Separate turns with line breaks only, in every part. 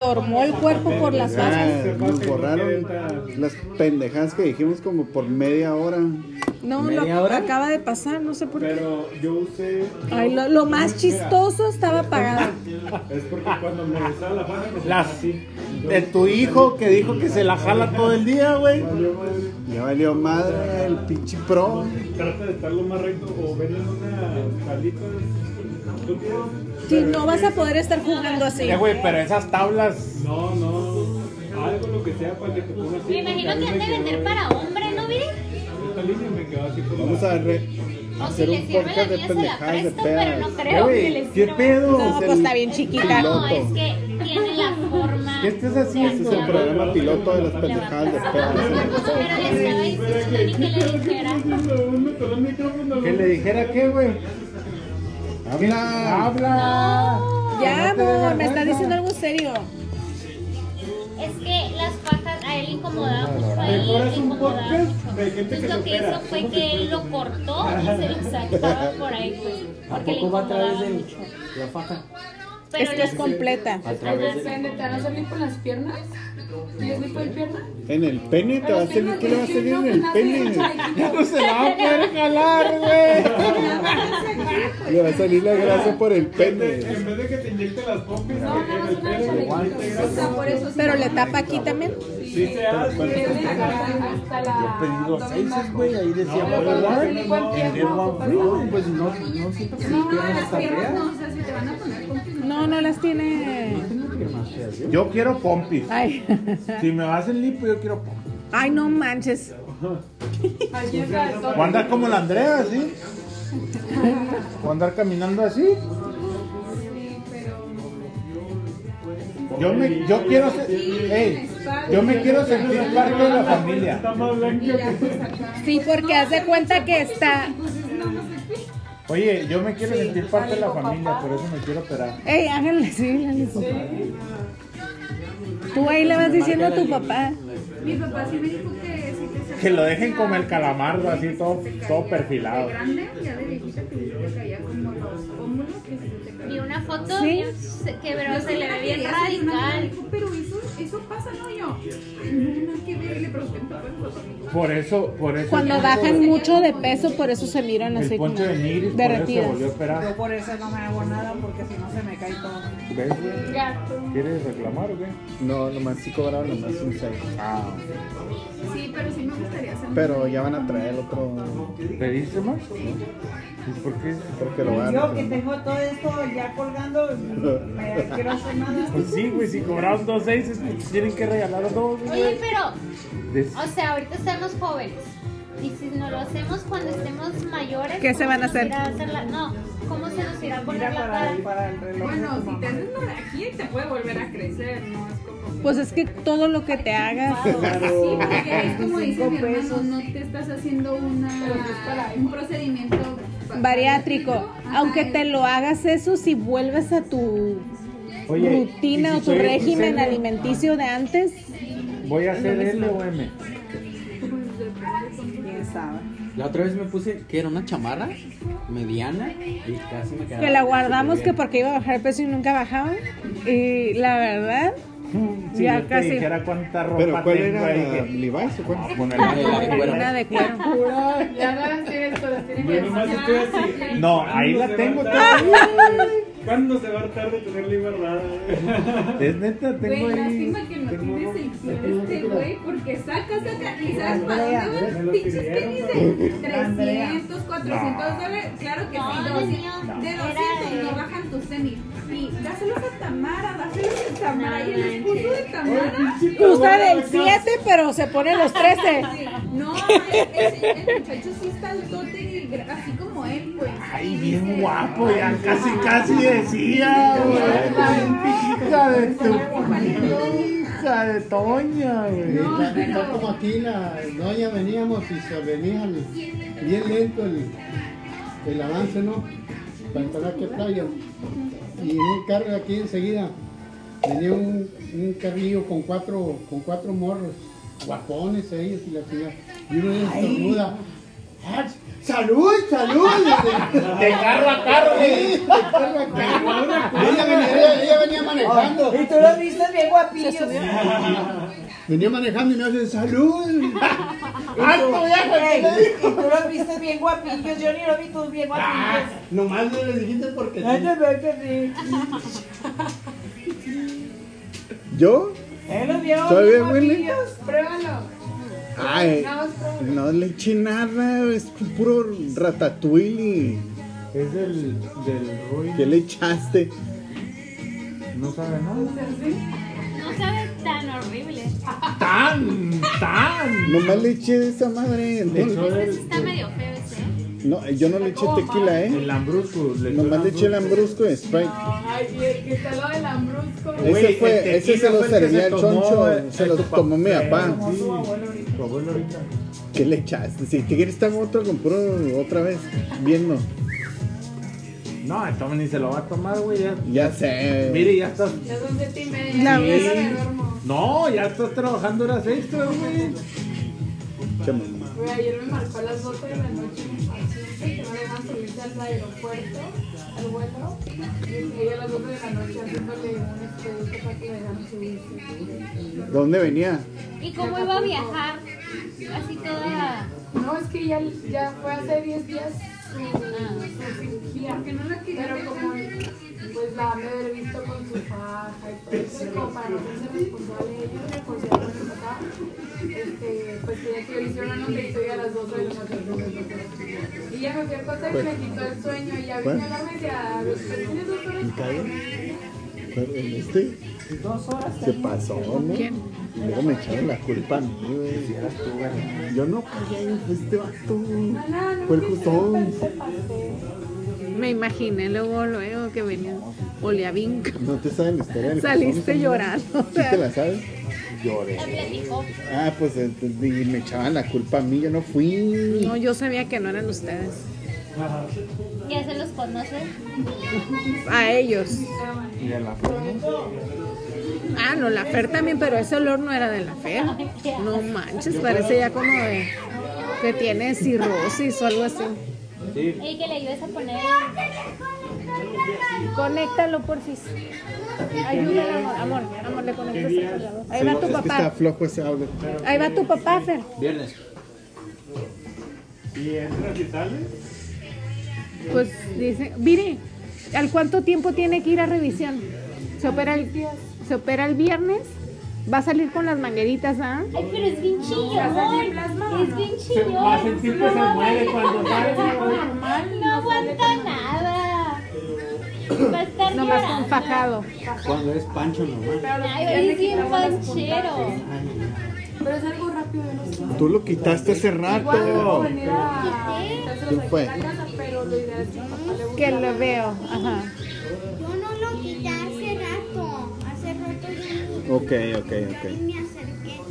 Tormó el cuerpo por las
Ah,
fachas.
nos borraron las pendejadas que dijimos como por media hora.
No,
¿Media
lo
hora?
acaba de pasar, no sé por qué.
Pero yo usé.
Ay, lo, lo más chistoso estaba apagado.
Es porque cuando me besaba la faja me
Las-
así.
De tu hijo que dijo que se la jala todo el día, güey.
Yo, madre,
Ya valió madre el pinche pro.
Trata de estar lo más recto o ven en una salita. ¿Tú quieres?
Sí, no vas a poder estar jugando así.
Eh, güey, pero esas tablas.
No, no. Algo lo que sea para que te pongas así.
Me imagino
porque a mí
que han de
me
vender
quedó-
para hombre, ¿no, mire?
Esta línea me quedó así como.
Vamos a re-
O si
hacer
le
un
sirve la
podcast de
mía se la
pendejadas de
presto, pero no
pedas.
Eh,
creo que
güey,
le
¿qué
sirva.
pedo?
No, pues está bien chiquita.
No,
Piloto.
es que tiene la forma.
¿Qué estás haciendo?
Este es el programa piloto de las pendejadas de pedas.
Pero le estaba diciendo a Tony que le dijera.
Que le dijera qué, güey.
Habla.
Habla.
Ya,
No te
amor, me
des vergüenza.
está diciendo algo serio.
Es que las pajas a él
Ah,
incomodaban mucho, a él
Mejor
le
es un
incomodaban
podcast
mucho.
de gente
Entonces
que
lo que hizo
supera.
fue que él lo cortó y se lo sacaba por ahí, pues. Porque le
¿Tampoco va a
incomodaba
través de
mucho.
la faja?
Pero
Esto es
las
completa.
Ah,
A
Pero
través de...
espérate, ¿Te van a salir por las piernas? ¿Y es por el pierna?
En el pene te va a salir. ¿Qué le va a salir en el pene?
Ya no se la va a poder jalar, güey.
Le va a salir la grasa por el pene.
En vez de que te inyecte las pompis,
No, nada más una chalequita. O sea, por eso sí.
Pero le tapa aquí también.
sí se
pues,
hace.
Tiene hasta hasta la.
Pedí dos
abdomen
seises,
bajo.
güey, ahí decía
Pero
por
cuando
igual.
se liga el pierna,
No,
ocupas
no,
la-
pues no, no siento que mis
No, no,
piernas
las
están
piernas no,
feas.
o sea, si te van a poner con
No, no las tiene.
Tengo piernas feas, yo.
Yo quiero pompis.
Ay,
Si me vas el lipo, yo quiero pompis.
ay no manches.
Aquí está el
Voy a andar como la Andrea, ¿sí? Voy a andar caminando así. Yo me, yo quiero ser, ey, yo me quiero sentir parte de la familia.
Está más blanca que.
Sí, porque hace cuenta que está.
Oye, yo me quiero sentir parte de la familia, por eso me quiero operar.
Ey, háganle sí, háganle sí. Tú ahí le vas diciendo a tu papá.
Mi papá sí me dijo que si te sacaba
Que lo dejen como el
una-
calamardo, así todo,
te caía
todo perfilado.
de grande, ya de viejita te dice que te caía como los pómulos que se te caían.
Vi una foto
Sí.
se- que pero
Yo
se
soy
le
una
ve bien
que hace una cosa,
radical.
dijo, Pero eso, eso pasa, no yo. Ay, No, nada que ver, le pregunté a mi papá, mi papá me dijo,
Por eso, por eso.
Cuando
el
bajan
poncho-
mucho de peso, por eso se miran así
El
como
poncho de Nigris, por eso se volvió a
derretidos.
operar.
Yo por eso no me hago nada porque si no se me cae todo.
¿Ves, güey? ¿Quieres reclamar o qué?
No, nomás sí cobraron nomás un seis.
Ah,
Sí, pero sí me gustaría hacer
Pero ya van a traer otro.
¿pediste más? ¿Y por qué?
Porque lo van a
Yo que tengo todo esto ya colgando, me quiero hacer nada.
Pues sí, güey, si cobraron dos seis, es que tienen que regalar dos,
Oye,
güey.
pero
Des-
O sea, ahorita estamos jóvenes. Y si no lo hacemos cuando estemos mayores.
¿Qué se
¿cómo
van a
nos
hacer?
irá la- No, ¿cómo se nos irá a poner
Mira
la
para el,
cara?
para el reloj.
Bueno, si te haces nada aquí, te puede volver a crecer, ¿no? Es como.
Pues es que todo lo que te hagas.
Sí, porque es como dice mi hermano, no te estás haciendo una, un procedimiento ba-
Bariátrico,
Ajá,
aunque te lo hagas eso, si vuelves a tu
Oye, ¿y
rutina
si
o tu
soy
régimen
L?
alimenticio de antes,
Voy a hacer L o M.
¿Quién sabe?
La otra vez me puse, que era una chamarra mediana y casi me quedaba.
que la guardamos que
súper
porque iba a bajar peso y nunca bajaba. Y la verdad,
Si
Ya
yo te
casi.
dijera cuánta ropa
Pero ¿cuál
tengo
era?
ahí. que-
¿Levi's o
Ah,
cuál?
ponerla
bien. La de cuero.
una de cuero.
Ya no las tienes todas, tienes
Yo nomás estoy así.
No,
¿Cuándo
ahí la
se
tengo
va a hartar? ¿Cuándo se va a hartar de tenerla ahí guardada?
Es neta, tengo
Güey,
ahí.
lástima que no
tengo-
tienes el pie de este güey, porque sacas acá y sabes para
Andrea,
dónde
me
van
lo
los pinches
pidieron,
tenis de
pero-
300, 400
No.
dólares. Claro que sí,
No,
dos-
niño,
de
era
200 no
de-
bajan tus tenis. Y dáselos a Tamara, dáselos a Tamara.
No
Y el esposo de Tamara.
Pues Usa del 7, pero se pone los 13.
No, ese- el muchacho sí está altote y gra- así como él, pues.
Ay, bien guapo, ya casi, casi decía, güey. Hija de tu. Hija de Toña, güey.
No, pero-
como aquí la doña veníamos y se venía el- bien lento el, el avance, ¿no? Para entrar aquí a playa. Y en un carro aquí enseguida venía un, un carrillo con cuatro, con cuatro morros, guapones ellos y la ciudad. Y uno de ellos estornuda. ¡Ah, ¡Salud, salud!
De carro a carro,
Sí, de carro a carro. Ella venía, ella venía manejando.
Y tú lo viste bien guapillo.
Venía manejando y me hace salud.
¡Alto viejo!
Ey, y tú los viste bien guapillos, yo ni lo vi todos bien guapillos.
Nomás no le dijiste porque
Ay,
sí.
no veo que
¿Yo?
sí. Él los vio
¿Sabe bien, Willy?
guapillos. Pruébalo.
Ay, no le eché nada, es puro ratatouille.
Es del, del Rui.
¿Qué le echaste?
No sabe nada.
No sabe tan horrible.
¡Tan! ¡Tan!
Nomás le eché de esa madre.
Le
No,
echó
Este sí
el,
está medio feo ese. ¿eh?
no, yo no le eché tequila,
el
¿eh?
lambrusco. Le echó
Nomás le eché el ambrusco de Sprite.
Ay, y el que está al lado del Ambrusco.
Güey,
Ese,
el
fue,
tequila
ese se lo
fue el que
servía
se
el
tomó,
choncho,
eh,
se lo
tu papá. eh,
tomó mi papá.
Sí. Tu abuelo ahorita.
¿Qué le echaste? Si te quieres estar otro con puro otra vez, viendo.
No, el Tommy ni se lo va a tomar, güey. Ya.
Ya sé.
Mire, ya estás.
Las son siete y media.
La
yo
vez.
ya me duermo.
No, ya estás trabajando horas extra, güey.
Che, mamá.
Güey, ayer me marcó a las 12 de la noche. así, Que no dejan subirse al aeropuerto, al vuelo. Y ella a las 12 de la noche haciéndole un expediente para que le dejan subirse.
¿Dónde venía?
¿Y cómo iba a viajar? Así toda.
No, es que ya, ya fue hace 10 días su, su gira. no la Pero como pues la han de haber visto con su paja y todo eso, y como para no ser responsable de ella, por si algo le pasaba, este, pues tenía que yo le hice una nota y estoy a las 12 de la noche. Y ya me fui a pasar y me quitó el sueño y ya vine a la media. ¿Tienes dos horas?
¿En este? Se pasó, ¿no? Y luego me echaron la culpa a mí, güey. Yo no pagué, fue este vato.
Ah, no,
Fue el
sí,
custón.
te pasé.
Me imaginé luego, luego que venía Oleavinca.
No te saben la historia del
Saliste
cosón,
llorando, o
¿Sí
sea.
te la sabes?
La platicó.
Ah, pues entonces, y me echaban la culpa a mí, yo no fui.
No, yo sabía que no eran ustedes.
Ya se los conoce.
A ellos. Ah, no, la Fer también, pero ese olor no era de la Fer. No manches, parece ya como de que tiene cirrosis o algo así.
Y que le ayudes a poner. Conéctalo por si.
Ayúdalo, amor, amor, amor, le conectas el cargador. Ahí
Sí,
va tu
es que está
papá.
flojo ese audio.
Ahí va tu papá, Fer.
Viernes.
¿Y entras y sales?
Pues dice, mire, ¿al cuánto tiempo tiene que ir a revisión? Se opera el, se opera el viernes, va a salir con las mangueritas, ¿ah?
Ay, pero es bien chillón. Es bien
Se
chillón.
va a sentir que se muere cuando sale.
No aguanta nada. Va a estar
Nomás con
llorando.
fajado.
Cuando es Pancho nomás.
Ay, hoy es bien panchero.
Pero es algo rápido, no sé.
Tú lo quitaste hace
Igual no puedo
rato.
venir
Ah,
a
¿Eh?
quitárselos
¿Quién
aquí
fue?
a la casa, pero lo ideal es que papá le guste.
Que lo veo, ajá.
Yo no lo quité hace rato. Hace rato yo
Ok, ok, ok.
ni me acerqué.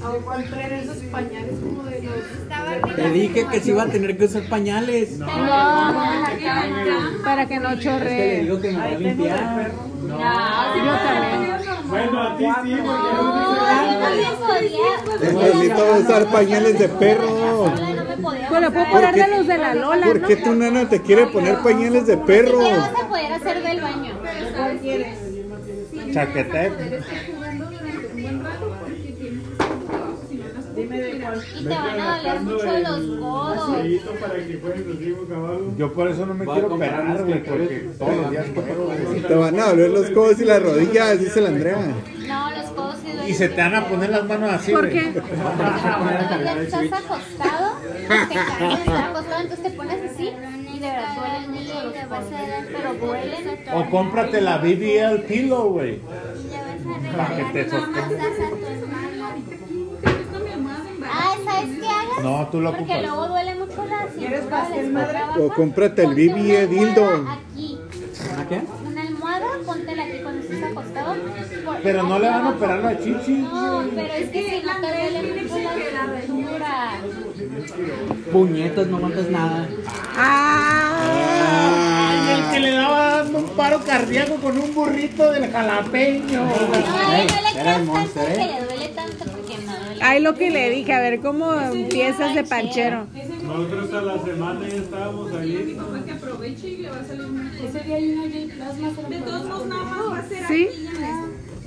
Ah,
Ahora igual traer esos pañales como de los.
Estaba
Te dije que si iba a tener que usar pañales.
Ah,
Para que no
Es que le
chorree.
digo que me va a limpiar.
Yo también.
Bueno, a ti sí, porque yo
No, no me podía.
Necesito usar pañales de perro.
Hola, no me podía.
Pues le puedo poner de los de la Lola,
¿Por
¿no?
qué tu nana te quiere poner pañales de
Ni
perro?
siquiera vas a poder hacer del baño.
Chaquete.
este
Dime de cuál.
Y te van a doler mucho los codos.
Listo para que juegues así boca abajo.
Yo por eso no me
Voy a
quiero
comprar
operar,
unos
güey, porque
pectorales.
todos los días juego, güey.
Te van a doler los codos y las rodillas, dice la Andrea.
No, los codos sí duelen.
Y se te van a poner las manos así,
¿Por
güey.
qué?
Cuando estás acostado, te cansas de estar acostado, entonces te pones así y de verdad duelen mucho los codos. Pero duelen.
O cómprate la BBL Pillow, güey. Para que te sostenga.
Ah, ¿sabes qué hagas?
No, tú lo
Porque
ocupas.
luego duele mucho la cintura
pastel,
de
madre?
O cómprate el BBA
eh,
dildo.
Aquí.
¿A qué?
Una almohada, póntela aquí cuando estés acostado. Por-
Pero no le van a
aquí
operar la chichi.
abajo. No, pero es que si no te duele mucho la cintura.
Puñetas, no aguantas nada.
Ah.
Ah.
Ay, el que le daba dando un paro cardíaco con un burrito del jalapeño.
Ay, no le
Era el
creas tanto
Monster,
que
¿eh?
le duele tanto porque me duele.
Ay, lo que le dije, a ver cómo piezas de panchero.
No Nosotros a la semana ya estábamos
Dile a mi
ahí.
papá que aproveche y le va a salir una cosa.
Ese día hay una gay plasma. se la
De todos
podemos
modos,
dar.
nada más va a ser
¿Sí?
aquí.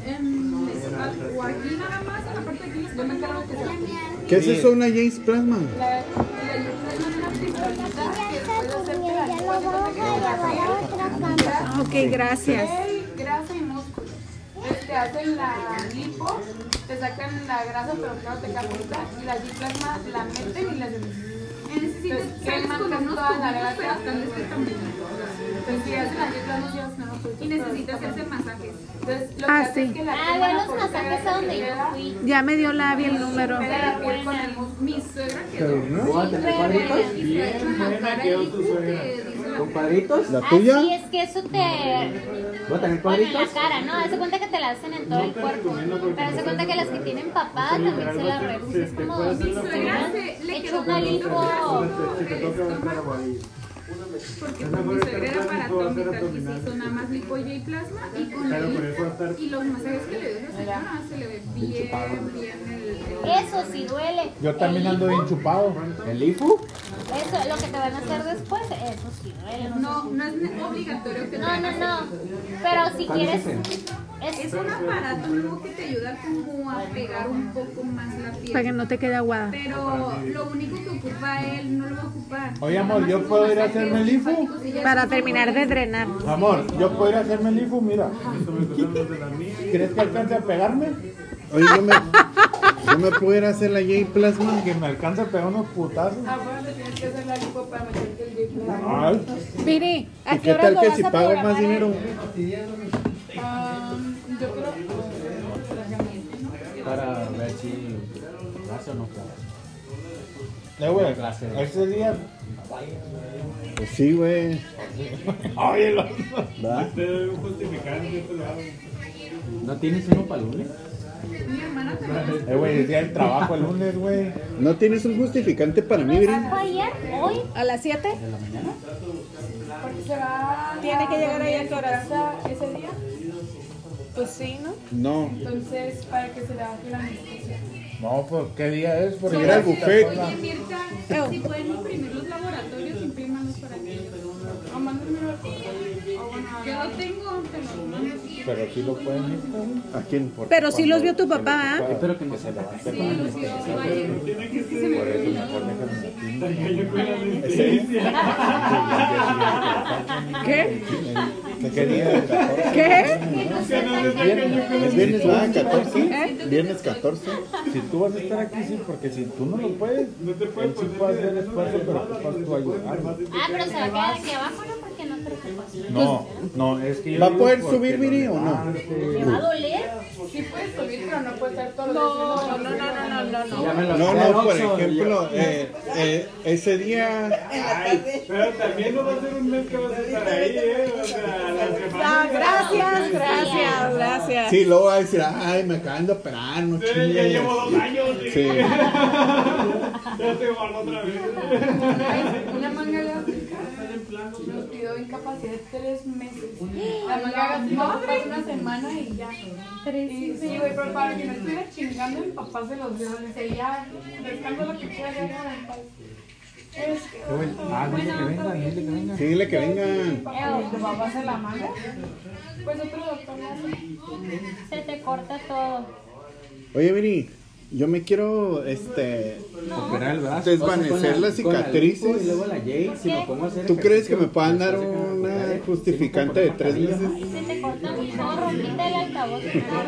En, en, es- o aquí nada más, en la parte de aquí, yo me encargo que sea.
¿Qué es eso, una James Plasma?
La, la gay plasma es una pistolita que puede hacer que la
Lo voy a llevar a otra cámara.
Ah, Ok, gracias.
Piel, grasa y músculo. Entonces, Te hacen la lipo, te sacan la grasa pero no te capota y la G-plasma la meten y la Entonces
sales
queman
con
casi
unos
toda la
tubitos,
grasa.
pero están de este tamaño.
Entonces si hacen la G-plasma sí hacen unos tubitos,
Y necesitas
pero-
hacer masajes.
Entonces lo
Ah,
que hace
sí.
es que la
Ah,
queman
ve los
por esa
masajes
grasa
a donde
que
yo
queda,
fui.
Ya me dio la bien el número.
pega la piel con el músculo.
Mi suegra quedó.
Pero no.
Guárdate, compadritos.
Bien buena quedó tu suegra.
Compadritos.
¿La tuya?
Así es que eso te...
¿Va a tener
Bueno, en la
cuadritos?
cara, ¿no? Hace cuenta que te la hacen en todo el cuerpo. Pero hace cuenta que las que tienen papada también se la reduce. Es como dos
Mi suegra se le
Hecho
quedó
una
el
lipo.
estómago. Porque pues, mi suegra era maratónica y se hizo nada más lipo y plasma y con la
Claro, por eso va a
lipo
estar-
y los masajes que le dio a esa señora se le ve bien, bien el... el-
Eso sí duele.
Yo también
El
ando
hipo,
bien chupado.
¿El IFU?
Eso, lo que te van a hacer después, eso sí duele.
No, no es ne- obligatorio que te
No, no,
hagas
no. Pero si
¿Cuál es
quieres...
ese?
Es
Es un aparato nuevo que te ayuda como a pegar un poco más la piel.
Para que no te quede aguada.
Pero lo único que ocupa él no lo va a ocupar.
Oye, amor, ¿yo puedo ir a hacerme el IFU?
Para terminar de drenar.
Amor, yo puedo ir a hacerme el IFU, mira. ¿Crees que alcance a pegarme?
Oye, yo me, yo me puedo ir a hacer la J Plasma.
Que me alcance a pegar unos putazos.
Acuérdate, tienes que hacer la lipo para meterte el G-plasma.
Ay,
Piri, ¿a
¿Y
qué
qué
hora
tal
lo
que
vas
si
a
pago
programar? eh?
más dinero?
Ah, yo creo que
Para ver si clase o no clase.
le voy a Eh, Ese día.
Pues sí, güey.
Oye, lo-
¿Va?
Te doy un justificante, yo te lo hago.
¿No tienes uno para lunes?
Mi hermana también.
Eh, güey, el día del trabajo el lunes, güey.
¿No tienes un justificante para mí, Brin?
¿Fue ayer? ¿Hoy?
¿A las 7?
¿De la mañana?
porque se va.
¿Tiene que llegar ahí a qué hora?
casa Ese día.
Pues sí, ¿no?
No.
Entonces, para que se le baje la anestesia.
No, pues, ¿qué día es? Porque
Ir al buffet.
Oye, Mirta, si pueden imprimir los laboratorios, imprímanos para que ellos.
O mándamelo al correo. O bueno,
Yo lo tengo, te lo mando.
Pero sí lo pueden ir, güey.
¿A quién? Por-
Pero sí los vio tu papá, ¿ah?
Espero que no se levante.
Sí, los vio, vaya.
Tiene que ser. Yo con la anestesia.
¿Qué?
¿De qué día es?
¿Qué?
Que no les dejen yo con la
¿Viernes ah,
anestesia.
14? ¿Viernes 14?
Si tú vas a estar aquí, sí, porque si tú no lo puedes,
No te pueden
él sí puede
poner
hacer
de-
esfuerzo, pero pues, ocupas tú
pues,
ayudarlo.
Ah, pero se va a quedar aquí abajo, ¿no? Porque no creo que pase.
No, no, es que yo
¿Va a
digo
poder
porque
subir,
lo
Viri, o no?
levante.
Pues, ¿Le va a doler?
sí puedes subir, pero no puedes estar todos los días. No, no, no, no, no.
Ya me lo
No,
sé,
no, por
Oxxo,
ejemplo,
ya-
eh, eh, ese día.
Ay, pero también no va a ser un mes que vas a estar ahí, ¿eh? O sea, la semana.
Ah, gracias, gracias, gracias.
Sí, luego va a decir, ay, me acaban de operar, no
Sí, Ya
chingues.
llevo dos años. ¿eh?
Sí.
Ya te guardo otra vez.
Una manga gástrica nos pidió incapacidad tres meses. La manga gástrica pasa una semana y ya. Y sí, güey, pero para que no estuviera chingando mi papá se los dedos, le decía, ya, descansa lo que quieras, ya no me pasa. Es que,
Güey, Ah, dile que venga, dile que venga.
Sí, dile que vengan.
papá, ¿Tu papá se la manga? Pues otro doctor le hace.
Se te corta todo.
Oye, Viri, yo me quiero, este.
Operar el brazo.
Desvanecer
O sea, con
las
con la
cicatrices.
lipo Y luego la Jay, si me pongo a hacer
¿Tú crees que
ejercicio,
me puedan dar
se me hace
una
que-
justificante de tres
Sí, me pongo
meses?
Se te corta un chorro, quita el altavoz.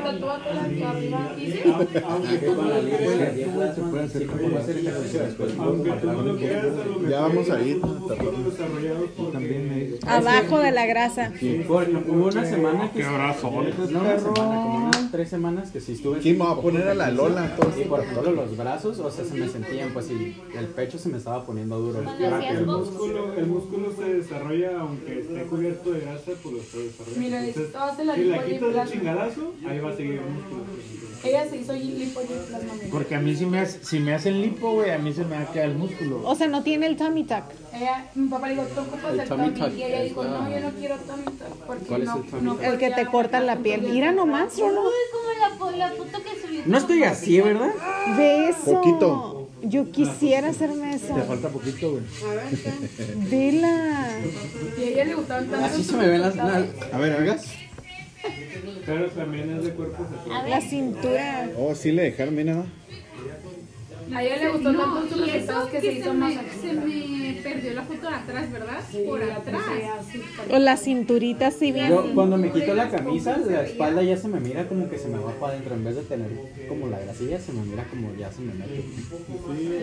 Tatúate la de arriba. Y sí,
Aunque
Que
tú
con
no
la
lo
lipo y la
creas,
Jay, güey, se puede hacer como hacer ejercicio después.
aunque tú no lo creas, a lo mejor
Ya vamos a ir,
algunos músculos desarrollados por-
También me dice.
Abajo de la grasa.
Porque hubo una semana que.
Qué brazón.
No, una semana, como unas tres semanas que sí estuve.
¿Quién me va a poner a la Lola? Todo
Y por todos los brazos, o sea, se me sentían, pues sí, el pecho se me estaba poniendo duro.
El músculo, el músculo se desarrolla aunque esté cubierto de grasa, pues lo está desarrollando.
Mira,
Entonces,
todo hace la
si la
lipo y
quitas de
plasma.
chingadazo, ahí va a seguir el músculo.
Ella se hizo lipoliplasma.
Porque a mí si me, hace- si me hacen lipo, güey, a mí se me va a quedar el músculo.
O sea, no tiene el tummy tuck.
Ella, mi papá le dijo, tú ocupas el,
El tummy
tummy,
tuck,
y ella dijo, no,
ah.
yo no quiero tummy tuck, porque
¿Cuál es
no,
el tummy
no
tuck?
El que te
podía-
corta la piel. Mira nomás,
Uy,
¿no?
como la, po- la foto que subió.
No estoy así, ¿verdad?
Beso.
Poquito.
Yo quisiera hacerme eso.
Te falta poquito, güey.
Dela.
Y a ella le gustaban tanto.
Así se me ven las.
sus-
las- A ver, ¿hagas?
Pero también es de cuerpo sexual.
La cintura.
Oh, sí le dejaron, mira, ¿no?
A ella le gustó
No,
tanto sus
y
resultados
eso
que
que
se
se,
hizo más.
me, se me perdió la foto de atrás, ¿verdad? Por atrás.
O la cinturita así bien.
Yo cuando me quito la camisa, la espalda ya se me mira como que se me va para adentro. En vez de tener como la grasilla, se me mira como ya se me mete.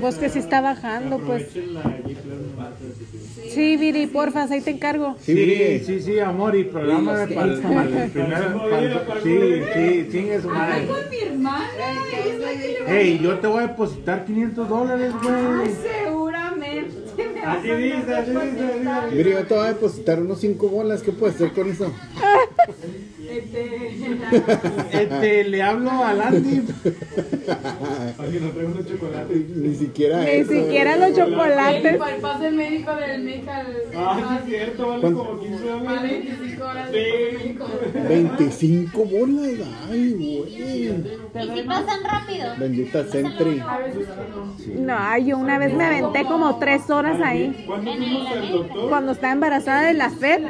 Pues que sí está bajando, pues. Sí, Viri, porfa, ahí te encargo.
Sí, sí, sí, amor, y programa
Sí,
de
los
para
que-
para el primer. para- Sí, sí, chingue su
Ay,
madre.
con mi hermana. ella es la que le va-
Hey, yo te voy a depositar 500 dólares,
Ay,
güey.
seguramente. me va a
Así
mandar
dice, así
por
dice, así
mensaje.
Mira, yo te voy a depositar unos 5 bolas. ¿Qué puedes hacer con eso?
Este, le hablo a Landy.
Ni siquiera
Ni
eso.
siquiera los
El
chocolates.
bypass del médico del medical.
Ah, sí, es cierto, vale
¿Cuánto?
como 15 dólares.
25 horas
Sí.
de médico.
25 bolas. Ay, güey.
Y si pasan rápido.
Bendita Sentry.
A veces que no.
No, ay, yo una vez me aventé como tres horas ahí.
¿Cuándo fuimos al doctor?
Cuando estaba embarazada de la FED,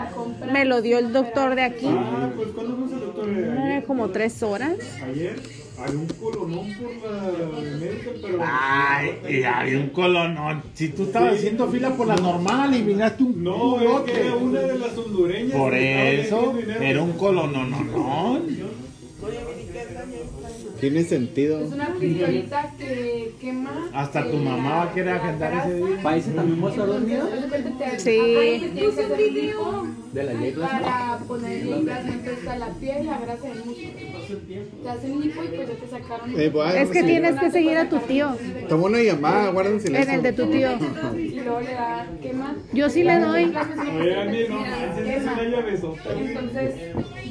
me lo dio el doctor de aquí.
Ah, pues ¿cuándo fuimos al doctor?
No,
¿Ayer?
era como tres horas.
¿Ayer? Hay un colonón por la médica, pero...
Ah.
Ay, y había un colonón. Si tú estabas haciendo fila por la normal y viniste un
No, es que
culote.
era una de las hondureñas.
Por
que estaba
eso
pidiendo dinero.
era un colonononón.
Tiene sentido.
Es una pistolita que quema.
Hasta tu mamá va a querer agendar ese día.
¿Países también vos estar dormido?
Sí.
Puse un video.
De la ley plasma.
Para ponerle el plasma a la piel y la grasa del músculo. Te hacen hipo y pues ya te sacaron.
Eh, voy a-
Es que tienes que seguir a tu tío.
Toma una llamada, guárdense
En el de tu tío.
Y luego le da quema.
Yo sí le doy.
Oye, Andy, no manches, es una llavesota.
Entonces,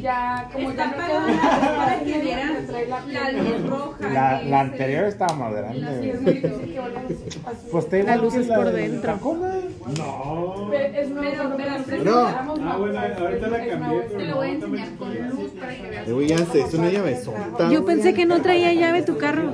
ya como ya
Está
no
pagada
queda
para que
te
vieran
trae la
la
piel.
luz roja.
La,
que
la
es
este
el-
anterior estaba más
Y es
grande.
muy difícil que vuelvas a su-
Pues te
La
igual
luz
que
es por
del
dentro.
Tacoma.
No.
Pero es nuevo,
Pero- pero-
nosotros
No.
éramos
Ah, bueno,
nuevos,
ahorita la
es
cambié,
nuevo.
Te
pero
lo
no,
voy a
ahorita me
enseñar con luz para que veas.
Voy a hacer, es una llavesota.
Yo pensé que no traía llave tu carro.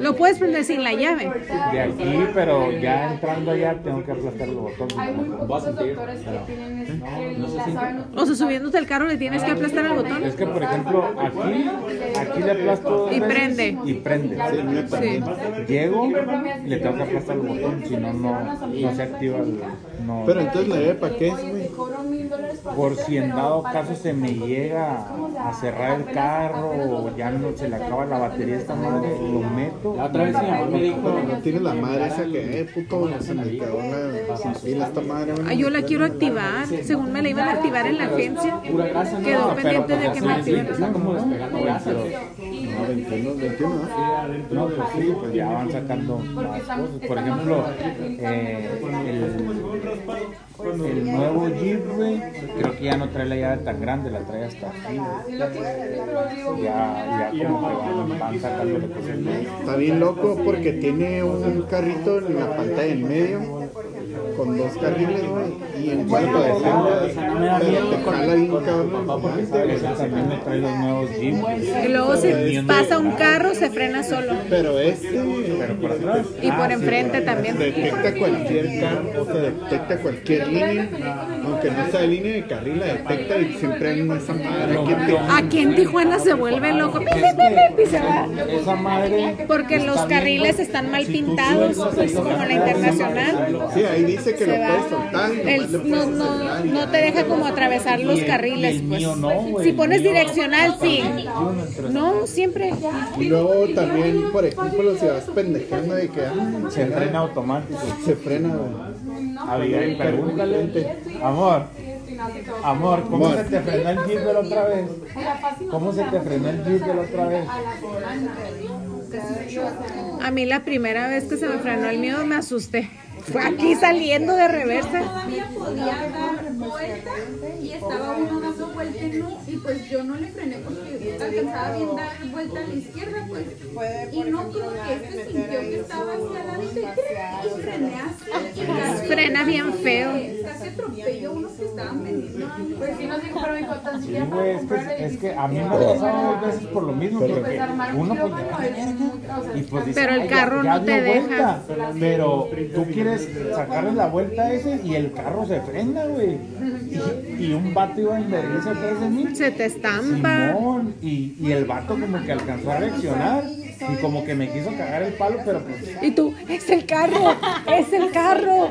Lo puedes prender sin la llave.
De aquí, pero ya entrando allá tengo que aplastar los botones.
Hay muy poquitos doctores que tienen
este,
es- que la saben
O sea,
utilizar.
subiéndote al carro le tienes que aplastar el
Es
botón.
que, por ejemplo, aquí, aquí le aplasto dos
Y
veces
prende.
Y prende.
Sí, me parece.
Sí.
Llego, le tengo que aplastar el botón, si no, no, no se activa el... No.
Pero entonces la llave para qué es,
Oye,
güey.
te cobro mil dólares para
Por
hacer,
si en
pero
dado
para
caso
hacer
se me
algo. Es
llega
como, o sea,
a cerrar el
apenas-
carro
apenas los
o ya no se le acaba la batería a esta madre, lo meto.
La otra vez mi mamá me
Pero no
dijo.
tiene la madre esa que, eh, puto, se me quedó la sin pila esta madre.
Ay, Ah, yo la quiero activar. Según me la iban a activar en la agencia.
Pura grasa, ¿no?
Quedó
Ah, pero
pendiente
pues
de que me
hace-
activen.
Está como despegando grasa.
No, 21, 21, ¿ah?
No, pues sí, pues ya van sacando más cosas. Por ejemplo, eh, el, el nuevo Jeep, güey, creo que ya no trae la llave tan grande, la trae hasta aquí, güey.
Sí, lo que- pero digo,
Ya, ya como que van, van sacando lo que se puede.
Está bien loco porque tiene un carrito en la pantalla en medio con dos carriles, güey, y en cuanto de sangre, pero te jala bien cabrón.
Ese también me trae los nuevos Jeep, güey.
Y luego si pasa un carro, se frena solo.
Pero este
Pero por atrás.
Y por enfrente
se
también.
detecta cualquier carro, se detecta cualquier línea, aunque no sea línea de carril, la detecta y siempre hay una esa madre aquí en Tijuana.
Aquí en Tijuana se vuelve loco. Pi, pi, pi, pi, y se va.
Esa madre.
Porque los
está bien,
carriles están mal pintados, pues, como la internacional.
Sí, ahí dice que lo
Se va.
puedes soltar. y nomás le
El- no,
puedes
no,
acelerar y
no te deja como atravesar los carriles, pues.
mío no, güey,
Si
el
pones
mío-
direccional, sí. No, siempre.
Y luego también, por ejemplo, si vas pendejando de que ah,
Se frena automático.
se frena, güey.
Abigail, pregúntale. Amor, amor, ¿cómo
Amor.
se te frenó el jeep de la otra vez?
era fácil,
¿Cómo se te frenó el jeep de la otra vez?
a la semana. O sea, yo, o sea,
A mí la primera vez que se me frenó el miedo me asusté. Fue aquí saliendo de reversa.
Todavía podía dar
vuelta y estaba uno dando vuelta en U y pues yo no le frené porque alcanzaba bien dar vuelta a la izquierda pues y no creo que este sintió que estaba hacia la derecha y frené así y casi
Frena bien feo.
casi atropelló a unos que estaban vendiendo ahí.
Pues sí nos dijo, pero dijo, tan
Sí, güey, es que, es que a mí me ha pasado dos veces por lo mismo, porque uno pues ya vale verga, y pues dice,
Pero el
"Ay, ya-
carro
ya
no te
dio
deja".
vuelta". pero tú quieres sacarle la vuelta a ese y el carro se frena, güey. Y, y un vato iba a invertirse atrás de mí.
Se te estampa.
Simón, y, y el vato como que alcanzó a reaccionar y como que me quiso cagar el palo, pero pues
Y tú, es el carro, es el carro.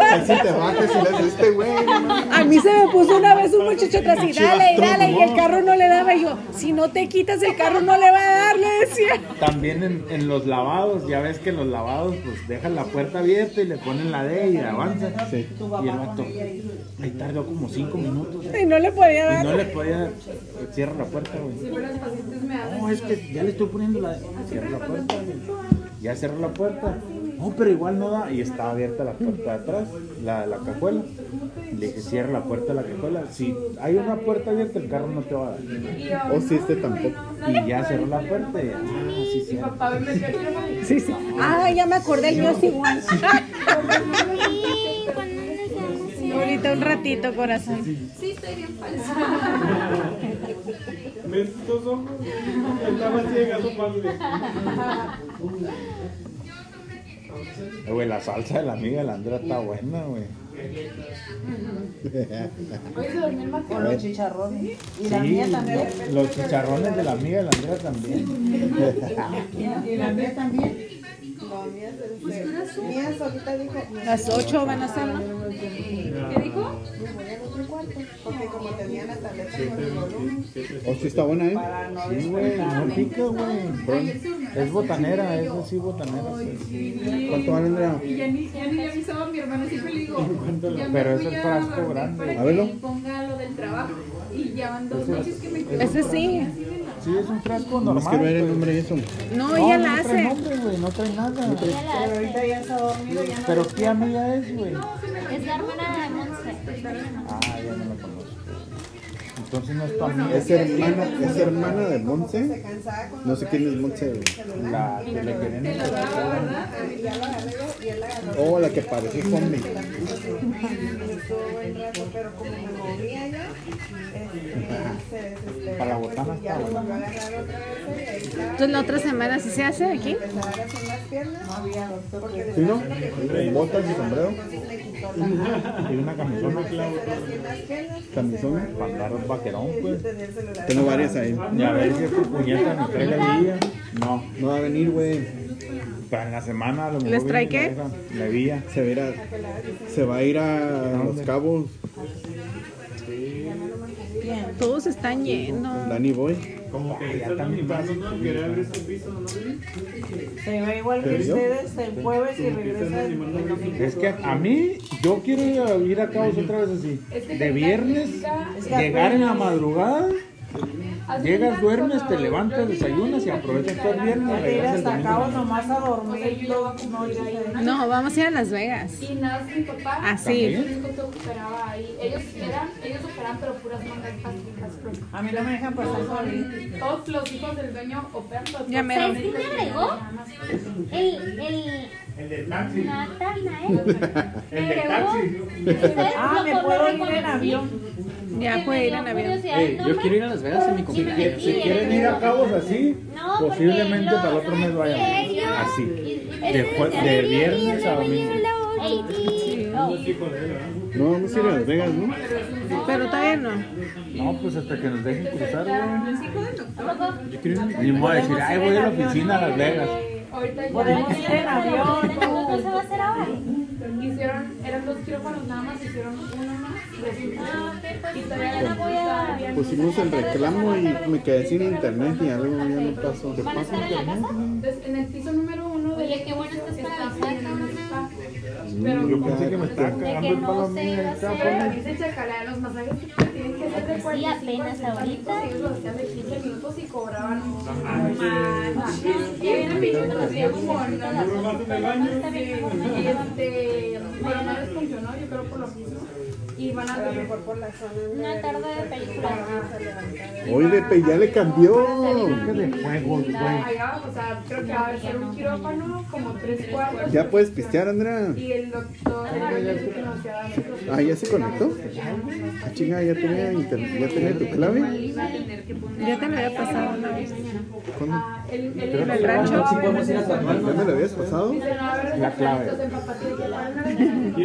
Así te bajas y le haces este güey. no mames.
A mí se me puso una vez un muchacho atrás y
Pinche
dale, y
bastón,
dale, y el
no.
carro no le daba. Y yo, si no te quitas, el carro no le va a dar, le decía.
También en, en los lavados, ya ves que en los lavados pues dejan la puerta abierta y le ponen la D y avanza. Y el vato ahí tardó como 5 minutos.
Y no le podía
Y
dar.
no le podía eh, cierra la puerta,
Sí,
güey.
pero los pacientes me hacen.
No, es que ya le estoy poniendo la cierra la puerta. güey. Ya cerró la puerta. No, pero igual no da. Y estaba abierta la puerta de atrás, la, la cajuela. Le dije, cierra la puerta de la cajuela. Si hay una puerta abierta, el carro no te va a dar.
O si este tampoco.
Y ya cerró la puerta y ah, sí, sí.
Papá, ven, ven, ven, ven.
Sí, sí. Ah, ya me acordé, el mío es igual. Ahorita un ratito, corazón.
Sí, estoy bien falsa.
¿Ves tus ojos? Estaba ciega, su padre.
Eh, Güey, la salsa de la amiga de la Andrea está buena, güey.
Hoy se durmió el Mateo.
Con los
chicharrones.
Sí, los chicharrones de la amiga de la Andrea también.
Y la mía también. La mía se Mía solita dijo.
Las ocho van a ser, ¿no?
¿Qué dijo?
Me voy al otro cuarto. Porque como tenía la tableta con el volumen.
O si está buena, ¿eh?
Para no
Sí, güey, no
despertarme.
pica, güey. Es botanera, es así botanera. pues. sí.
¿Cuánto vale, Andrea?
Y ya ni, ya ni le avisaba a mi hermano, siempre le digo, ya me
Pero es
voy
el
a
frasco
dormir
grande.
para
A verlo.
que ponga lo del trabajo. Y ya van dos
Ese-
noches que me quedo.
Ese sí.
Sí, es un frasco
No
normal.
quiero ver el
pero-
nombre de eso.
No, ella la
no trae
hace.
nombre, güey, no trae nada.
Pero ahorita ya está dormido. Ya no
Pero ¿qué amiga es, güey?
Es la hermana de Monse.
Ah, ya no la conozco. Entonces no es tu amiga.
Es hermana, es hermana de
se
Monse.
cansaba con
No sé quién es Monse. güey.
La que le querían encontrar.
Y ya lo agarré y él la agarró.
Oh, la que parece zombie.
Estuvo buen rato, pero como me movía ya, este, se desesperó.
Para la botana
pues, y ya lo
está buena.
volvió a agarrar otra vez y ahí estaba.
Entonces la otra semana sí se hace aquí.
Empezaba a hacer las piernas. porque
¿Sí, no?
después de lo que
Con botas y sombrero.
entonces le quitó la-
Y una camisona,
empezó a
claro.
hacer así las piernas,
Camisona.
Para andar un vaquerón, pues.
tenía el celular.
Tengo varias ahí.
Y a ver si esta puñeta me trae la guía. No,
No va a venir, güey.
para en la semana a lo mejor.
¿Les trae
viene
qué?
La, la guía.
Se va a ir a, se va a, ir a Los Cabos.
Todos están yendo.
Danny Boy.
Como
Ah,
que está animando, ¿no? Quería abrir ese piso, ¿no?
Se va igual que
¿Te vio?
ustedes el jueves y regresa el
animando
el domingo.
Es que a mí, yo quiero ir a- ir a Cabos otra vez así. De viernes, llegar en la madrugada, llegas, duermes, te levantas, desayunas y aprovechas todo el
Te ir
viernes. regresas el
hasta acá
domingo.
nomás a dormir dos noches.
No, vamos a ir a Las Vegas.
Y nada, mi papá.
Así.
¿También?
Dijo que operaba ahí. Ellos eran, ellos operan, pero puras mangas plásticas. pues. pero
A mí no me dejan pasar solito.
Todos los hijos del dueño operan. pero
Ya me-
todos-
¿Sabes quién me agregó? El, el ¿eh?
El del taxi.
Natanael.
El del taxi.
Ah, me puedo ir en avión.
Ya puede ir en avión.
Ey, eh, yo quiero ir a Las Vegas en mi cumpleaños.
Si quieren ir a Cabos así,
No, porque
posiblemente
lo-
para el otro mes vayan.
ellos-
Así. De,
Este
jue-
ya
de
debería
viernes
ir,
a
no me
domingo.
llevo la otra.
No, vamos a ir a Las Vegas, ¿no?
Pero todavía no.
No, pues hasta que nos dejen cruzar, güey.
Tampoco.
Ni modo de decir, ay, voy a la oficina a Las Vegas.
Ahorita ya
Podemos ir en avión.
¿Cuándo se va a hacer ahora?
hicieron, eran dos quirófanos nada más, hicieron uno más. resulta-
Ah, ok, pues mañana voy a...
Pusimos el reclamo y me quedé sin internet y algo ya no pasó. ¿Te
¿Van a
pasa
estar en la
internet?
casa?
Entonces, en el piso número uno de
Oye, qué bueno estás para
está
avisar,
en
¿no?
un spa. Pero
Yo pensé que me
como-
estaba
De
cagando
que
el palo
no se va a
mío.
Pero
hacer.
dice Chacalea, los masajes que tienen que ser de 45 a
apenas
60
ahorita.
minutos, ellos lo hacían de 15 minutos y cobraban un montón. Y era mi chico, nos veía como en una-
Está bien,
Y este, pero no les funcionó, yo creo por lo mismo.
Y van a lo mejor por la zona.
Una tarde de película.
Oye, pe, ya le cambió.
Allá, o sea, creo que va a ser un quirófano, como tres cuartos.
Ya puedes pistear, Andrea.
Y el doctor,
Ah,
el doctor que nos queda adentro.
Ah, ya se conectó. Ah, chinga, ya tenía, inter- ya tenía tu clave.
Ya te lo había pasado una vez.
¿Cuándo?
Ah, El, el,
Creo
el,
que
rancho.
sí podemos ir a Tacubaya. ¿Ya me lo habías pasado? La clave.
Entonces, papá te dice, "Bueno,